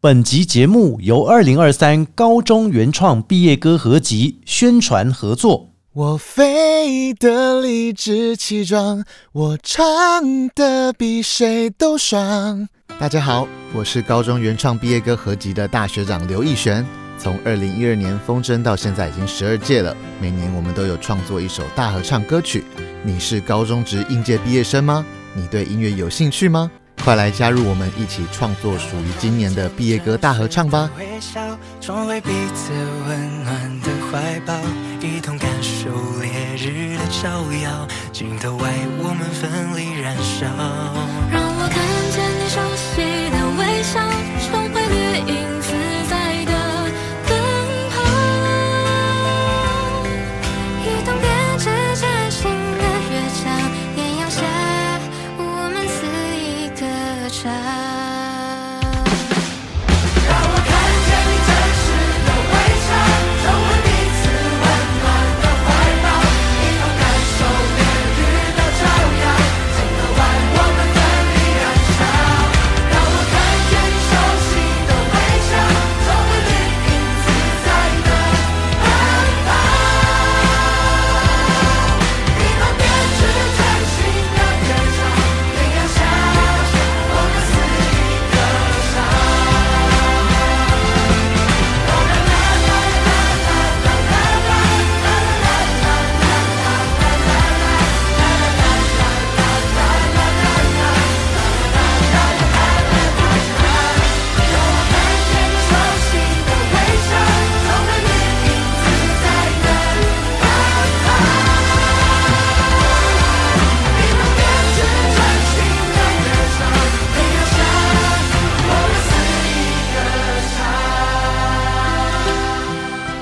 本集节目由二零二三高中原创毕业歌合集宣传合作。我飞得理直气壮，我唱得比谁都爽。大家好，我是高中原创毕业歌合集的大学长刘奕璇。从二零一二年风筝到现在已经十二届了，每年我们都有创作一首大合唱歌曲。你是高中职应届毕业生吗？你对音乐有兴趣吗？快来加入我们一起创作属于今年的毕业歌大合唱吧！微笑，成为彼此温暖的怀抱，一同感受烈日的照耀，镜头外我们奋力燃烧。让我看见你熟悉的微笑，重回绿影自在的奔跑，一同编织崭新的乐章，艳阳下我们肆意歌唱。让我看见你真实的微笑，重温彼此温暖的怀抱，一同感受烈日的照耀，镜头外我们奋力燃烧。让我看见你熟悉的微笑，重温绿影自在的奔跑，一同编织崭新的乐章，艳阳下我们肆意歌唱。熟悉的微笑，重温绿影自在的奔跑，一同编织崭新的乐章，艳阳下我们肆意歌唱。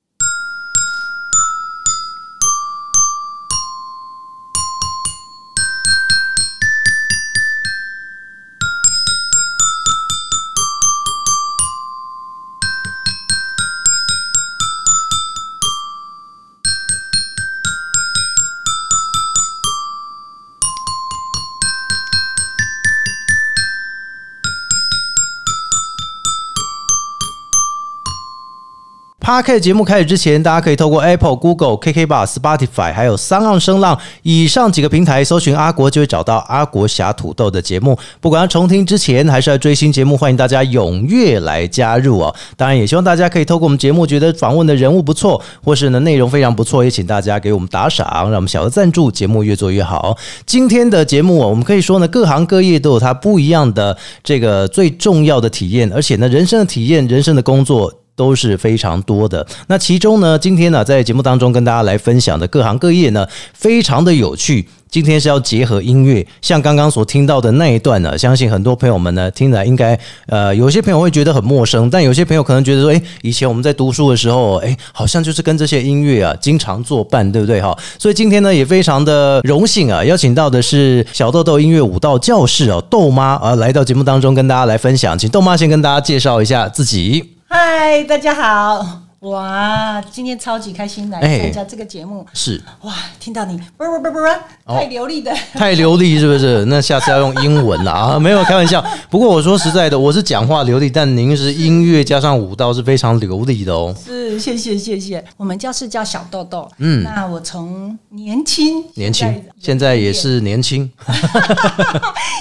p a r k 节目开始之前，大家可以透过 Apple、Google、KK Bar、Spotify 还有三浪声浪以上几个平台搜寻阿国，就会找到阿国侠土豆的节目。不管要重听之前还是要追新节目，欢迎大家踊跃来加入哦。当然，也希望大家可以透过我们节目，觉得访问的人物不错，或是呢内容非常不错，也请大家给我们打赏，让我们小额赞助，节目越做越好。今天的节目啊，我们可以说呢，各行各业都有它不一样的这个最重要的体验，而且呢，人生的体验，人生的工作。都是非常多的。那其中呢，今天呢、在节目当中跟大家来分享的各行各业呢，非常的有趣。今天是要结合音乐，像刚刚所听到的那一段呢，相信很多朋友们呢听来应该，呃，有些朋友会觉得很陌生，但有些朋友可能觉得说，诶，以前我们在读书的时候，诶，好像就是跟这些音乐啊经常作伴，对不对哈？所以今天呢，也非常的荣幸啊，邀请到的是小豆豆音乐舞蹈教室哦，豆妈啊来到节目当中跟大家来分享，请豆妈先跟大家介绍一下自己。嗨，大家好！哇，今天超级开心来哎参加这个节目。是，哇，听到你啵啵啵啵啵，哦太流利的。太流利是不是？那下次要用英文了啊！没有开玩笑。不过我说实在的，我是讲话流利，但您是音乐加上舞蹈是非常流利的哦。是，谢谢谢谢。我们教室叫小豆豆。嗯，那我从年轻，年轻，现现在在也是年轻，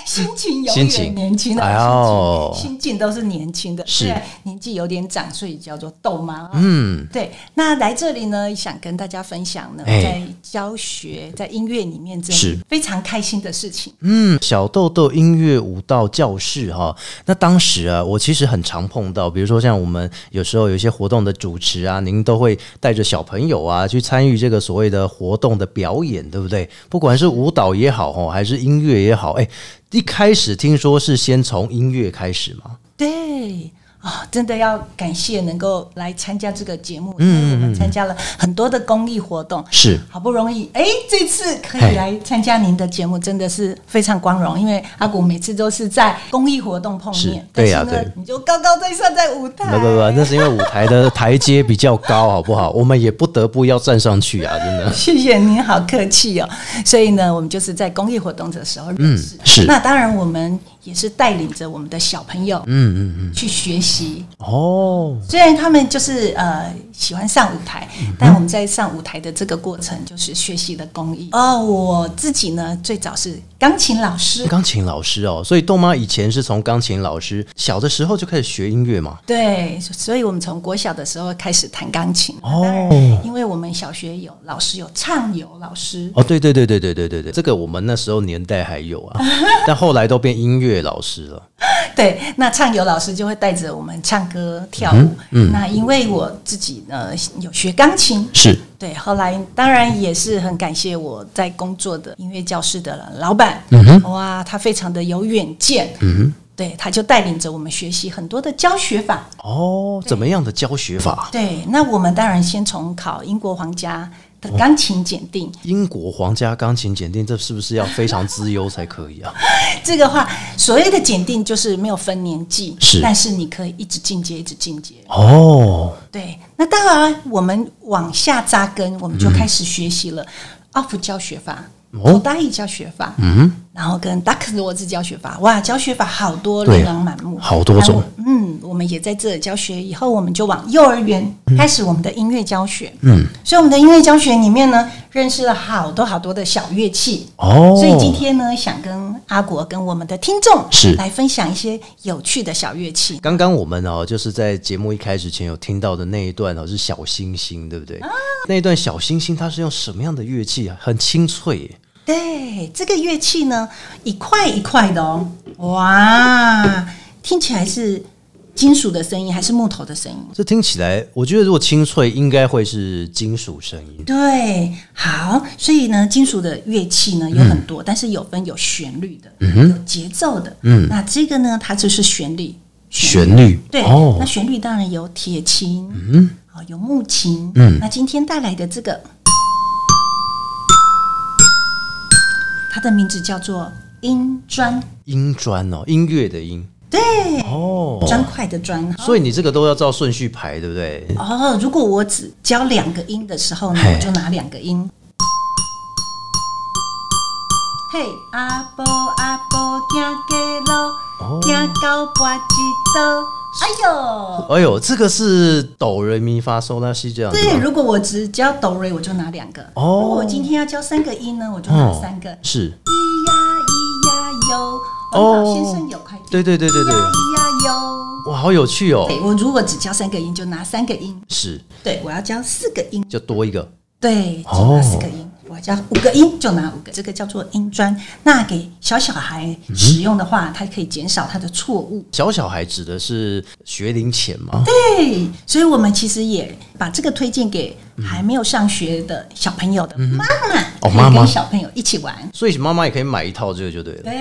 心情心永情远年轻的，哎呦哎呦，心境都是年轻的，是虽然年纪有点长，所以叫做啊豆妈。嗯，对，那来这里呢，想跟大家分享呢，哎在教学在音乐里面，这是非常开心的事情。嗯，小豆豆音乐舞蹈教室哈、那当时啊，我其实很常碰到，比如说像我们有时候有一些活动的主持啊，您都会带着小朋友啊去参与这个所谓的活动的表演，对不对？不管是舞蹈也好哦，还是音乐也好，哎，一开始听说是先从音乐开始嘛，对，啊、真的要感谢能够来参加这个节目，因嗯为我们参加了很多的公益活动，是好不容易，哎，这次可嘿以来参加您的节目，真的是非常光荣。因为阿古每次都是在公益活动碰是面，但对是呀呢，对你就高高在上在舞台，不不不，那是因为舞台的台阶比较高，好不好？我们也不得不要站上去啊，真的。谢谢您，好客气哦。所以呢，我们就是在公益活动的时候认识。嗯是那当然，我们也是带领着我们的小朋友，嗯嗯嗯，去学习。哦，虽然他们就是呃喜欢上舞台，但我们在上舞台的这个过程，就是学习的公益。哦，我自己呢，最早是钢琴老师。钢琴老师哦，所以豆妈以前是从钢琴老师小的时候就开始学音乐嘛。对，所以我们从国小的时候开始弹钢琴。哦当然因为我们小学有老师有唱友老师，哦，对对对对对对对对，这个我们那时候年代还有啊，但后来都变音乐老师了。 对，那唱友老师就会带着我们唱歌嗯跳舞。那因为我自己呢有学钢琴，是对，后来当然也是很感谢我在工作的音乐教室的老板，嗯哇，他非常的有远见，对，他就带领着我们学习很多的教学法。哦，怎么样的教学法？对，那我们当然先从考英国皇家哦的钢琴检定，英国皇家钢琴检定，这是不是要非常资优才可以啊？这个话所谓的检定就是没有分年纪，是但是你可以一直进阶，一直进阶。哦，对，那当然，我们往下扎根，我们就开始学习了奥福教学法、嗯哦口大义教学法，嗯，然后跟达克罗兹教学法，哇，教学法好多，对啊琳琅满目，好多种那我。嗯，我们也在这里教学，以后我们就往幼儿园嗯开始我们的音乐教学。嗯，所以我们的音乐教学里面呢，认识了好多好多的小乐器。哦所以今天呢，想跟阿国跟我们的听众是来分享一些有趣的小乐器。刚刚我们哦，就是在节目一开始前有听到的那一段哦，是小星星，对不对？那一段小星星，它是用什么样的乐器啊？很清脆耶，对，这个乐器呢，一块一块的哦，哇，听起来是金属的声音还是木头的声音？这听起来，我觉得如果清脆，应该会是金属声音。对，好，所以呢，金属的乐器呢有很多，但是有分有旋律的，有节奏的，嗯，那这个呢，它就是旋律，旋律对，哦那，旋律当然有铁琴，嗯，好有木琴，嗯，那今天带来的这个，它的名字叫做音砖，音砖哦，音乐的音对，哦，砖块的砖，所以你这个都要照顺序排，对不对？哦，如果我只教两个音的时候呢，嘿我就拿两个音。嘿，阿波阿波，行街哦路，行到半一道。哎呦，哎呦，这个是哆来咪发嗦拉西这样子对，吗如果我只教哆瑞，我就拿两个。哦如果我今天要教三个音呢，我就拿三个。咿呀是，咿呀哟，哦哦，好先生有快点。对对对对对咿，呀咿呀哟。哇，好有趣哦，对，我如果只教三个音，就拿三个音。是，对，我要教四个音。就多一个对，哦就拿四个音，我加五个音就拿五个，这个叫做音砖。那给小小孩使用的话，它可以减少他的错误。小小孩指的是学龄前嘛？对，所以我们其实也把这个推荐给还没有上学的小朋友的妈哦妈妈，可以妈跟小朋友一起玩。所以妈妈也可以买一套这个就对了。对，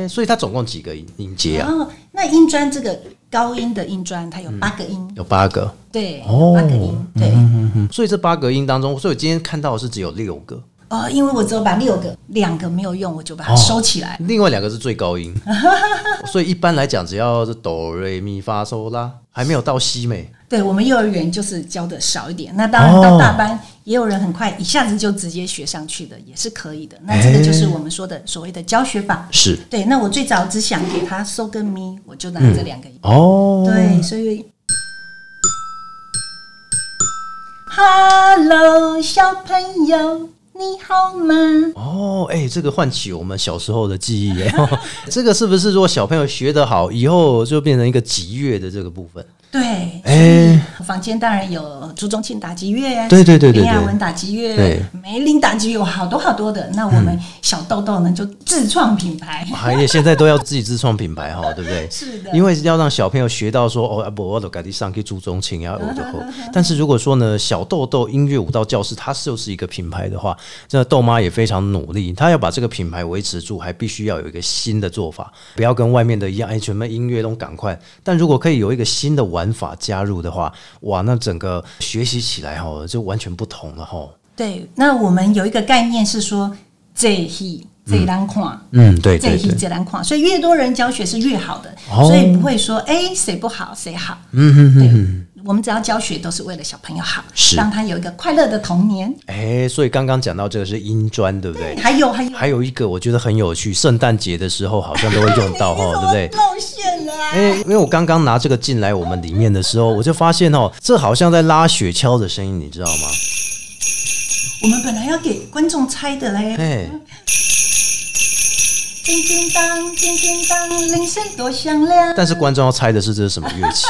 哦哎、所以它总共几个音音阶然啊？后那音砖这个高音的音砖，它有八个音，有八个。对，嗯哦八个音，对，嗯，所以这八个音当中，所以我今天看到的是只有六个，哦，因为我只有把六个，两个没有用，我就哦把它收起来。另外两个是最高音。所以一般来讲，只要是哆瑞咪发嗦啦，还没有到西美。对我们幼儿园就是教的少一点，那当然到大班、也有人很快一下子就直接学上去的，也是可以的。那这个就是我们说的所谓的教学法。是对，那我最早只想给他收个咪，我就拿这两个音。哦，对，所以，Hello，小朋友，你好吗？哦，哎、这个唤起我们小时候的记忆耶。 这个是不是如果小朋友学得好，以后就变成一个集乐的这个部分？对，哎所以房间当然有朱宗庆打击乐，啊对对对对对林雅文打击乐对，嗯梅林打击乐，有好多好多的。那我们小豆豆呢，就自创品牌。行业现在都要自己自创品牌哈，对不 对？是的因为要让小朋友学到说哦，啊不，我都赶紧上去注重情啊，我就后。但是如果说呢，小豆豆音乐舞蹈教室它就是一个品牌的话，这豆妈也非常努力，她要把这个品牌维持住，还必须要有一个新的做法，不要跟外面的一样，哎，全部音乐都赶快。但如果可以有一个新的玩法加入的话，哇，那整个学习起来哈就完全不同了哈。对，那我们有一个概念是说，这戏这难看，嗯，对这 对戏对，这难看，所以越多人教学是越好的，哦所以不会说哎谁不好谁好。嗯哼哼哼。对，我们只要教学都是为了小朋友好，是让他有一个快乐的童年。哎，所以刚刚讲到这个是音专，对不对？还有还有，还有一个我觉得很有趣，圣诞节的时候好像都会用 到哎哈，对哎不对？露馅了啊、因为因为我刚刚拿这个进来我们里面的时候，我就发现哦，这好像在拉雪橇的声音，你知道吗？我们本来要给观众猜的嘞。哎，叮叮当，叮叮当，铃声多响亮。但是观众要猜的是这是什么乐器，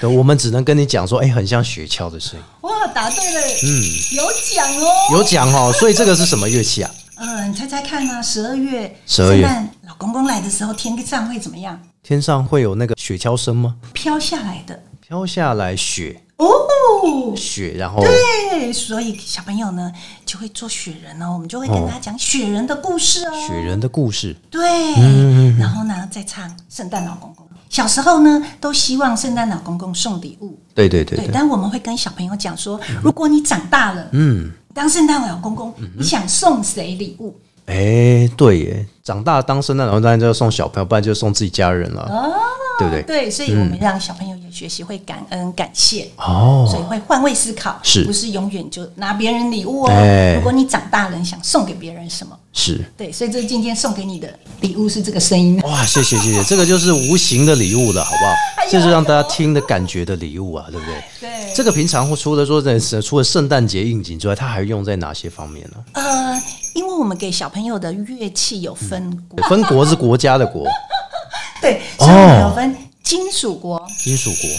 对，我们只能跟你讲说，哎，很像雪橇的声音，哇，答对了，嗯，有奖哦。有讲哦，所以这个是什么乐器啊？嗯，你猜猜看啊，十二月， 12月圣诞老公公来的时候，天上会怎么样？天上会有那个雪橇声吗？飘下来的飘下来雪哦。雪，然后对，所以小朋友呢就会做雪人哦，我们就会跟他讲雪人的故事哦。嗯雪人的故事，对，然后呢再唱圣诞老公公。小时候呢，都希望圣诞老公公送礼物，对对对对，但我们会跟小朋友讲说，如果你长大了，嗯，当圣诞老公公，你想送谁礼物？哎，对耶，长大当圣诞老人当然就要送小朋友，不然就送自己家人了，对哦不对？对，所以我们让小朋友也学习会感恩、感谢。所以哦，会换位思考，是不是永远就拿别人礼物哎哦？如果你长大了，你想送给别人什么？是对，所以这是今天送给你的礼物是这个声音。哇，谢谢谢谢，这个就是无形的礼物了，好不好？这是让大家听的感觉的礼物啊，对不哎对？对，这个平常除了说在除了圣诞节应景之外，它还用在哪些方面 呢？呃，因为我们给小朋友的乐器有分国，分国是国家的国，对，哦小朋友有分金属国，金属国，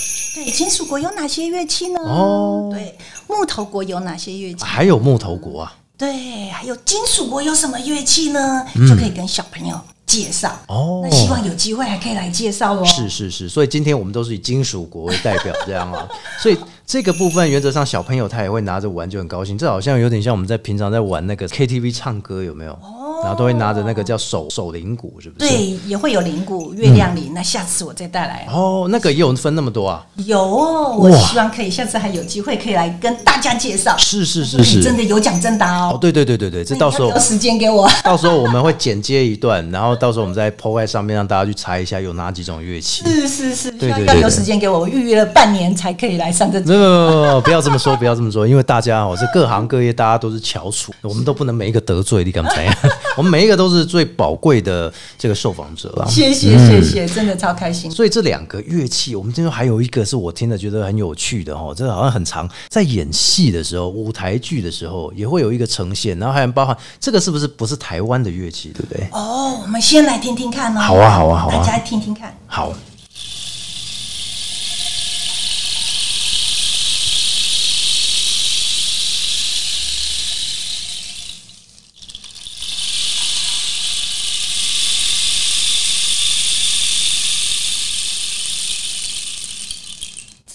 对，金属国有哪些乐器呢？哦对，木头国有哪些乐器？还有木头国啊。对，还有金属国有什么乐器呢？就可以跟小朋友介绍。嗯哦那希望有机会还可以来介绍哦。是是是，所以今天我们都是以金属国为代表，这样啊。 所以这个部分原则上小朋友他也会拿着玩就很高兴，这好像有点像我们在平常在玩那个 KTV 唱歌有没有？然后都会拿着那个叫手手铃鼓，是不是？。哦对，也会有铃鼓、月亮铃。那下次我再带来。哦，那个也有分那么多啊？有哦，我哇希望可以下次还有机会可以来跟大家介绍。是是是可以是，真的有奖征答哦，哦。对对对对对，这那你到时候要留时间给我。到时候我们会剪接一段，然后到时候我们在 PO 在上面让大家去猜一下有哪几种乐器。是是是，对对希望对要对留时间给我，我预约了半年才可以来上这没有没有没有没有，不要这么说，不要这么说，因为大家哦，这各行各业大家都是翘楚，我们都不能每一个得罪，你敢怎样？我们每一个都是最宝贵的这个受访者啦。谢谢谢谢，嗯真的超开心。所以这两个乐器，我们今天还有一个是我听了觉得很有趣的哦，这好像很长，在演戏的时候、舞台剧的时候也会有一个呈现，然后还包含这个是不是不是台湾的乐器，对不对？哦，我们先来听听看哦。好啊好啊好啊大家听听看。好，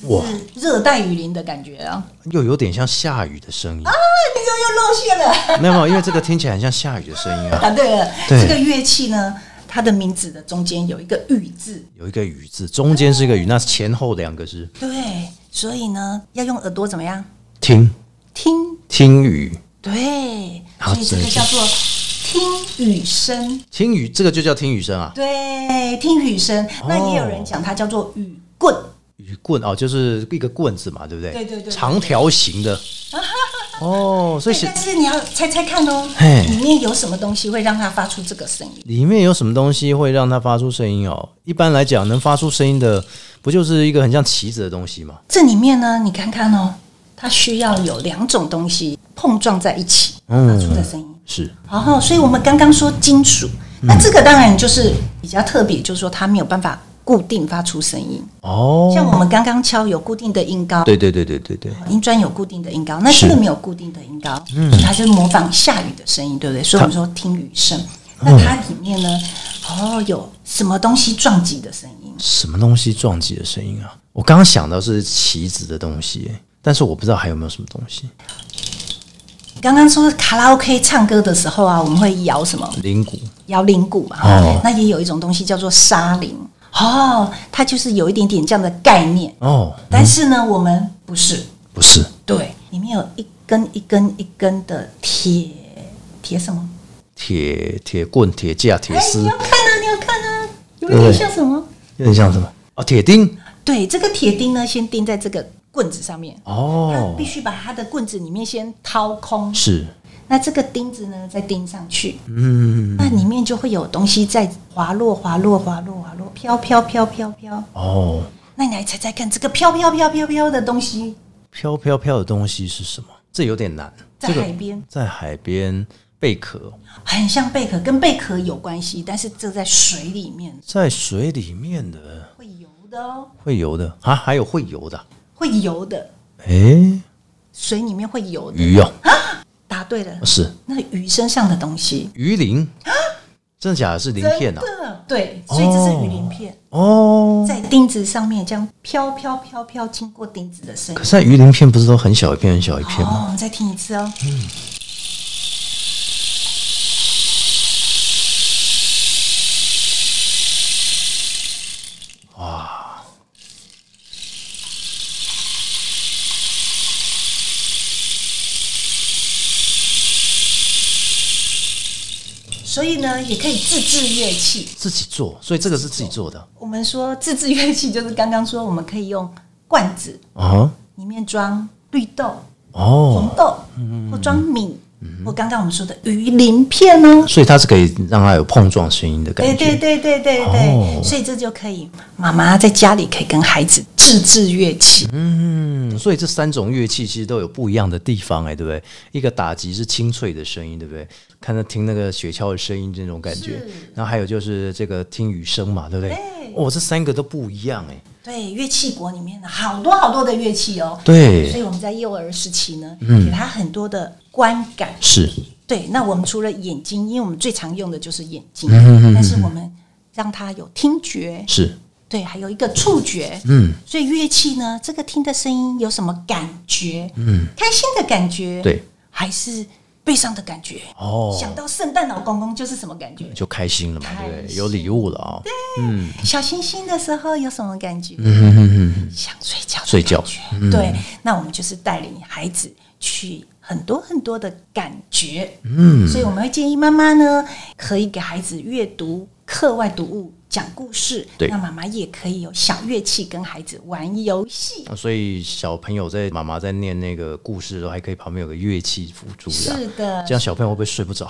哇，热带雨林的感觉啊，又有点像下雨的声音，又又露馅 了。没有没有，因为这个听起来很像下雨的声音啊，答对了，对这个乐器呢，它的名字的中间有一个“玉”字，有一个雨字，中间是一个雨，那前后两个是对，所以呢，要用耳朵怎么样听听？听雨，对，好所以这个这个叫做听雨声。听雨这个就叫听雨声啊，对，听雨声。哦那也有人讲它叫做雨棍。雨棍哦，就是一个棍子嘛，对不对？对对对对长条形 的。哦，所以对，是但是你要猜猜看哦嘿，里面有什么东西会让它发出这个声音？里面有什么东西会让它发出声音哦？一般来讲，能发出声音的，不就是一个很像旗子的东西吗？这里面呢，你看看哦，它需要有两种东西碰撞在一起发出的声音。嗯是然嗯后，所以我们刚刚说金属，那这个当然就是比较特别，就是说它没有办法固定发出声音，哦，像我们刚刚敲有固定的音高，对对对对对对，音砖有固定的音高，那是这个没有固定的音高，它是模仿下雨的声音，嗯对不对？所以我们说听雨声。那它里面呢，哦，有什么东西撞击的声音？什么东西撞击的声音啊？我刚刚想到是棋子的东西耶，但是我不知道还有没有什么东西，刚刚说卡拉 OK 唱歌的时候啊，我们会摇什么？铃鼓摇铃鼓嘛。哦那也有一种东西叫做沙铃，哦，它就是有一点点这样的概念。哦，但是呢，我们不是，不是对，里面有一根一根一根的铁铁什么？铁铁棍、铁架、铁哎，丝你，要看啊，你要看啊，有一点像什么？有点像什么？哦，铁钉对，这个铁钉呢，先钉在这个棍子上面，它哦必，须把它的棍子里面先掏空。是那这个钉子呢，再钉上去，嗯，那里面就会有东西在滑落、滑落、滑落、滑落，飘飘飘飘飘。哦，那你来猜猜看，这个飘飘飘飘飘的东西飘飘飘的东西是什么？这有点难，在这个海边在海边贝壳很像贝壳，跟贝壳有关系，但是这在水里面在水里面的会游的哦，会游的啊，还有会游的啊，会游的，诶，水里面会游的。鱼哦，答对了，是那鱼身上的东西，鱼鳞，真的假的？是鳞片啊？真的对，所以这是雨鳞片。哦，在钉子上面这样飘飘飘飘经过钉子的声音可。是在鱼鳞片不是都很小一片很小一片哦，吗？我们再听一次哦。所以呢，也可以自制乐器。自己做，所以这个是自己做的我们说自制乐器，就是刚刚说我们可以用罐子啊？里面装绿豆、红哦，嗯豆，或装米，或刚刚我们说的鱼鳞片哦。所以它是可以让它有碰撞声音的感对觉。对对对对对，哦所以这就可以，妈妈在家里可以跟孩子自制乐器，嗯，所以这三种乐器其实都有不一样的地方、哎，对不对？一个打击是清脆的声音，对不对？看着听那个雪橇的声音这种感觉是，然后还有就是这个听雨声嘛，对不对？对哦，这三个都不一样、哎，对乐器国里面的好多好多的乐器哦。所对，嗯以我们在幼儿时期呢，给他很多的观感，是对，那我们除了眼睛，因为我们最常用的就是眼嗯睛，但是我们让他有听觉，是，对，还有一个触觉，嗯，所以乐器呢，这个听的声音有什么感觉？嗯，开心的感觉，对，还是悲伤的感觉？哦，想到圣诞老公公就是什么感觉？就开心了嘛，对不开对？心有礼物了啊、小星星的时候有什么感觉？嗯哼哼哼想睡觉的感觉，睡觉嗯对，那我们就是带领孩子去很多很多的感觉，嗯，所以我们会建议妈妈呢，可以给孩子阅读课外读物。讲故事，对那妈妈也可以有小乐器跟孩子玩游戏，啊所以小朋友在妈妈在念那个故事的时候，还可以旁边有个乐器辅助，这样是的这样小朋友会不会睡不着？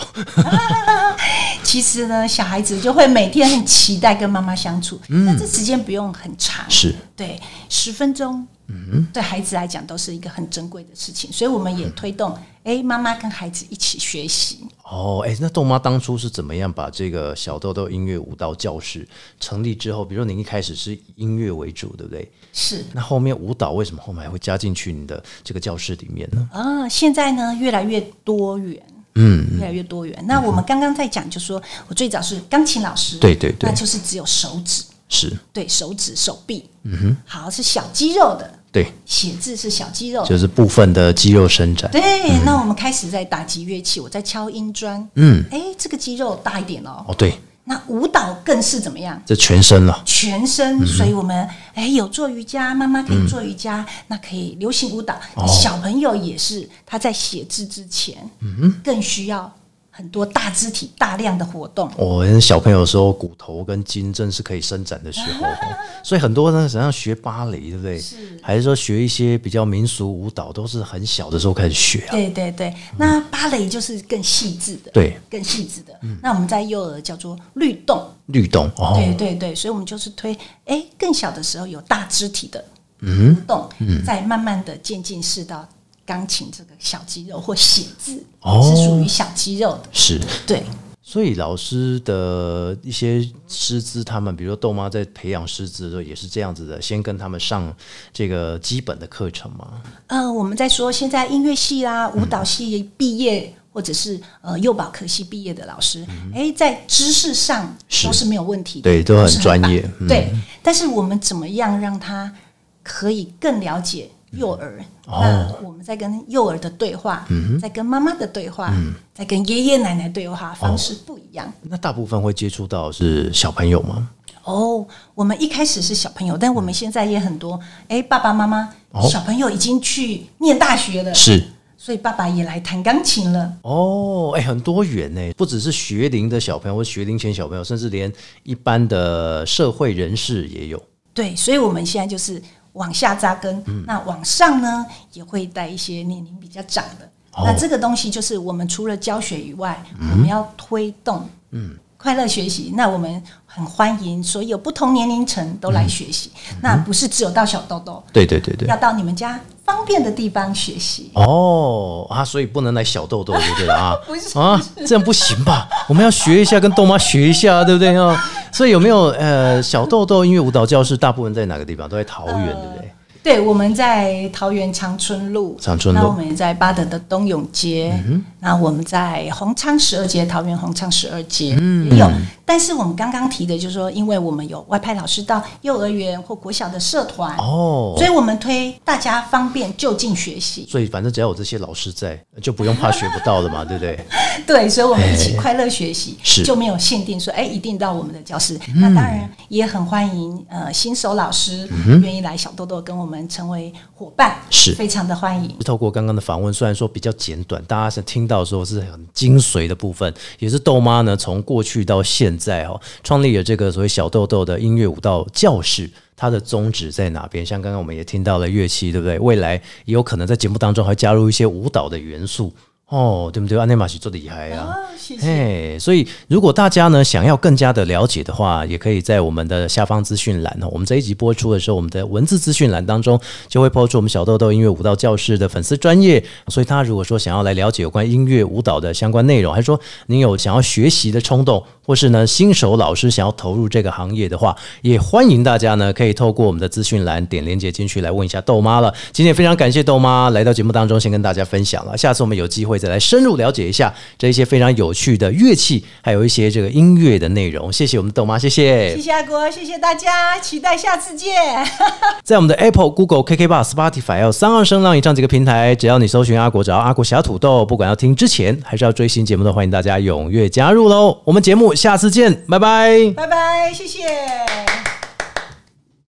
其实呢，小孩子就会每天很期待跟妈妈相处，那、这时间不用很长，嗯是对，十分钟，嗯，对孩子来讲都是一个很珍贵的事情，所以我们嗯也推动，哎、妈妈跟孩子一起学习，哦，哎，那豆妈当初是怎么样把这个小豆豆音乐舞蹈教室成立之后？比如说您一开始是以音乐为主，对不对？是那后面舞蹈为什么后面还会加进去你的这个教室里面呢？啊、现在呢越来越多元。嗯，越来越多元。那我们刚刚在讲，就说我最早是钢琴老师，对对对那就是只有手指，是对手指、手臂，嗯哼，好是小肌肉的，对，写字是小肌肉的，就是嗯部分的肌肉伸展。对，那我们开始在打击乐器，我在敲音砖，嗯，哎，这个肌肉大一点哦。哦，对，那舞蹈更是怎么样？这全身了。全身，所以我们哎有做瑜伽，妈妈可以做瑜嗯伽，那可以流行舞蹈，小朋友也是他在写字之前，嗯更需要很多大肢体大量的活动。我们小朋友的时候，骨头跟筋正是可以伸展的时 候，哦所以很多呢，想要学芭蕾，对不对？还是说学一些比较民俗舞蹈，都是很小的时候开始学啊。对对对，那芭蕾就是更细致的，对，更细致的。那我们在幼儿叫做律动，律动哦，对对对，所以我们就是推，哎，更小的时候有大肢体的嗯活动，再慢慢的渐进式到钢琴这个小肌肉或写字、哦是属于小肌肉的，是。对，所以老师的一些师资，他们比如说豆妈在培养师资的时候也是这样子的，先跟他们上这个基本的课程嘛。呃，我们在说现在音乐系啦、舞蹈系毕业，或者是呃幼保科系毕业的老师，哎、在知识上都是没有问题嗯的，对都很是专棒业嗯对，但是我们怎么样让他可以更了解幼儿？嗯那我们在跟幼儿的对话，在跟妈妈的对话，嗯在跟爷爷奶奶对话方式不一样。那大部分会接触到是小朋友吗？哦，我们一开始是小朋友，但我们现在也很多。哎，爸爸妈妈，嗯哦小朋友已经去念大学了，是所以爸爸也来弹钢琴了。哦，哎、很多元呢，不只是学龄的小朋友或学龄前小朋友，甚至连一般的社会人士也有。对，所以我们现在就是往下扎根。嗯那往上呢，也会带一些年龄比较长的。哦嗯那这个东西就是我们除了教学以外，我们要推动，快乐学习。那我们很欢迎所有不同年龄层都来学习。那不是只有到小豆豆，对对对嗯对要。到你们家方便的地方学习。哦啊，所以不能来小豆豆，对不对啊？不是啊，这样不行吧？我们要学一下，跟豆妈学一下，对不对啊？所以有没有呃，小豆豆音乐舞蹈教室大部分在哪个地方？都在桃园，对不对？对，我们在桃园长春路，长春路嗯那我们也在巴德的东涌街，那我们在红昌十二街，桃园红昌十二街、嗯也有。但是我们刚刚提的，就是说，因为我们有外派老师到幼儿园或国小的社团，哦，所以我们推大家方便就近学习。 所以反正只要有这些老师在，就不用怕学不到了嘛，对不对？对，所以我们一起快乐学习，哎是嗯就没有限定说，哎，一定到我们的教室。那当然也很欢迎呃新手老师愿意来小豆豆跟我们成为伙伴，嗯是非常的欢迎。透过刚刚的访问，虽然说比较简短，大家是听到的时候是很精髓的部分，也是豆妈呢从过去到现在哦，创立了这个所谓小豆豆的音乐舞蹈教室。它的宗旨在哪边？像刚刚我们也听到了乐器，对不对？未来也有可能在节目当中还加入一些舞蹈的元素哦，对不对？安内玛西做的厉害啊！哦谢谢。哎，所以如果大家呢想要更加的了解的话，也可以在我们的下方资讯栏哦。我们这一集播出的时候，我们的文字资讯栏当中就会抛出我们小豆豆音乐舞蹈教室的粉丝专业。所以，他如果说想要来了解有关音乐舞蹈的相关内容，还是说您有想要学习的冲动，或是呢新手老师想要投入这个行业的话，也欢迎大家呢可以透过我们的资讯栏点连接进去来问一下豆妈了。今天也非常感谢豆妈来到节目当中，先跟大家分享了。下次我们有机会再来深入了解一下这一些非常有趣的乐器，还有一些这个音乐的内容。谢谢我们的豆妈，谢谢。谢谢阿国，谢谢大家，期待下次见。在我们的 Apple、Google、KK Bar、Spotify 还有三二声浪以上几个平台，只要你搜寻阿国，找到阿国小土豆，不管要听之前还是要追新节目的，欢迎大家踊跃加入喽！我们节目下次见，拜拜。拜拜，谢谢。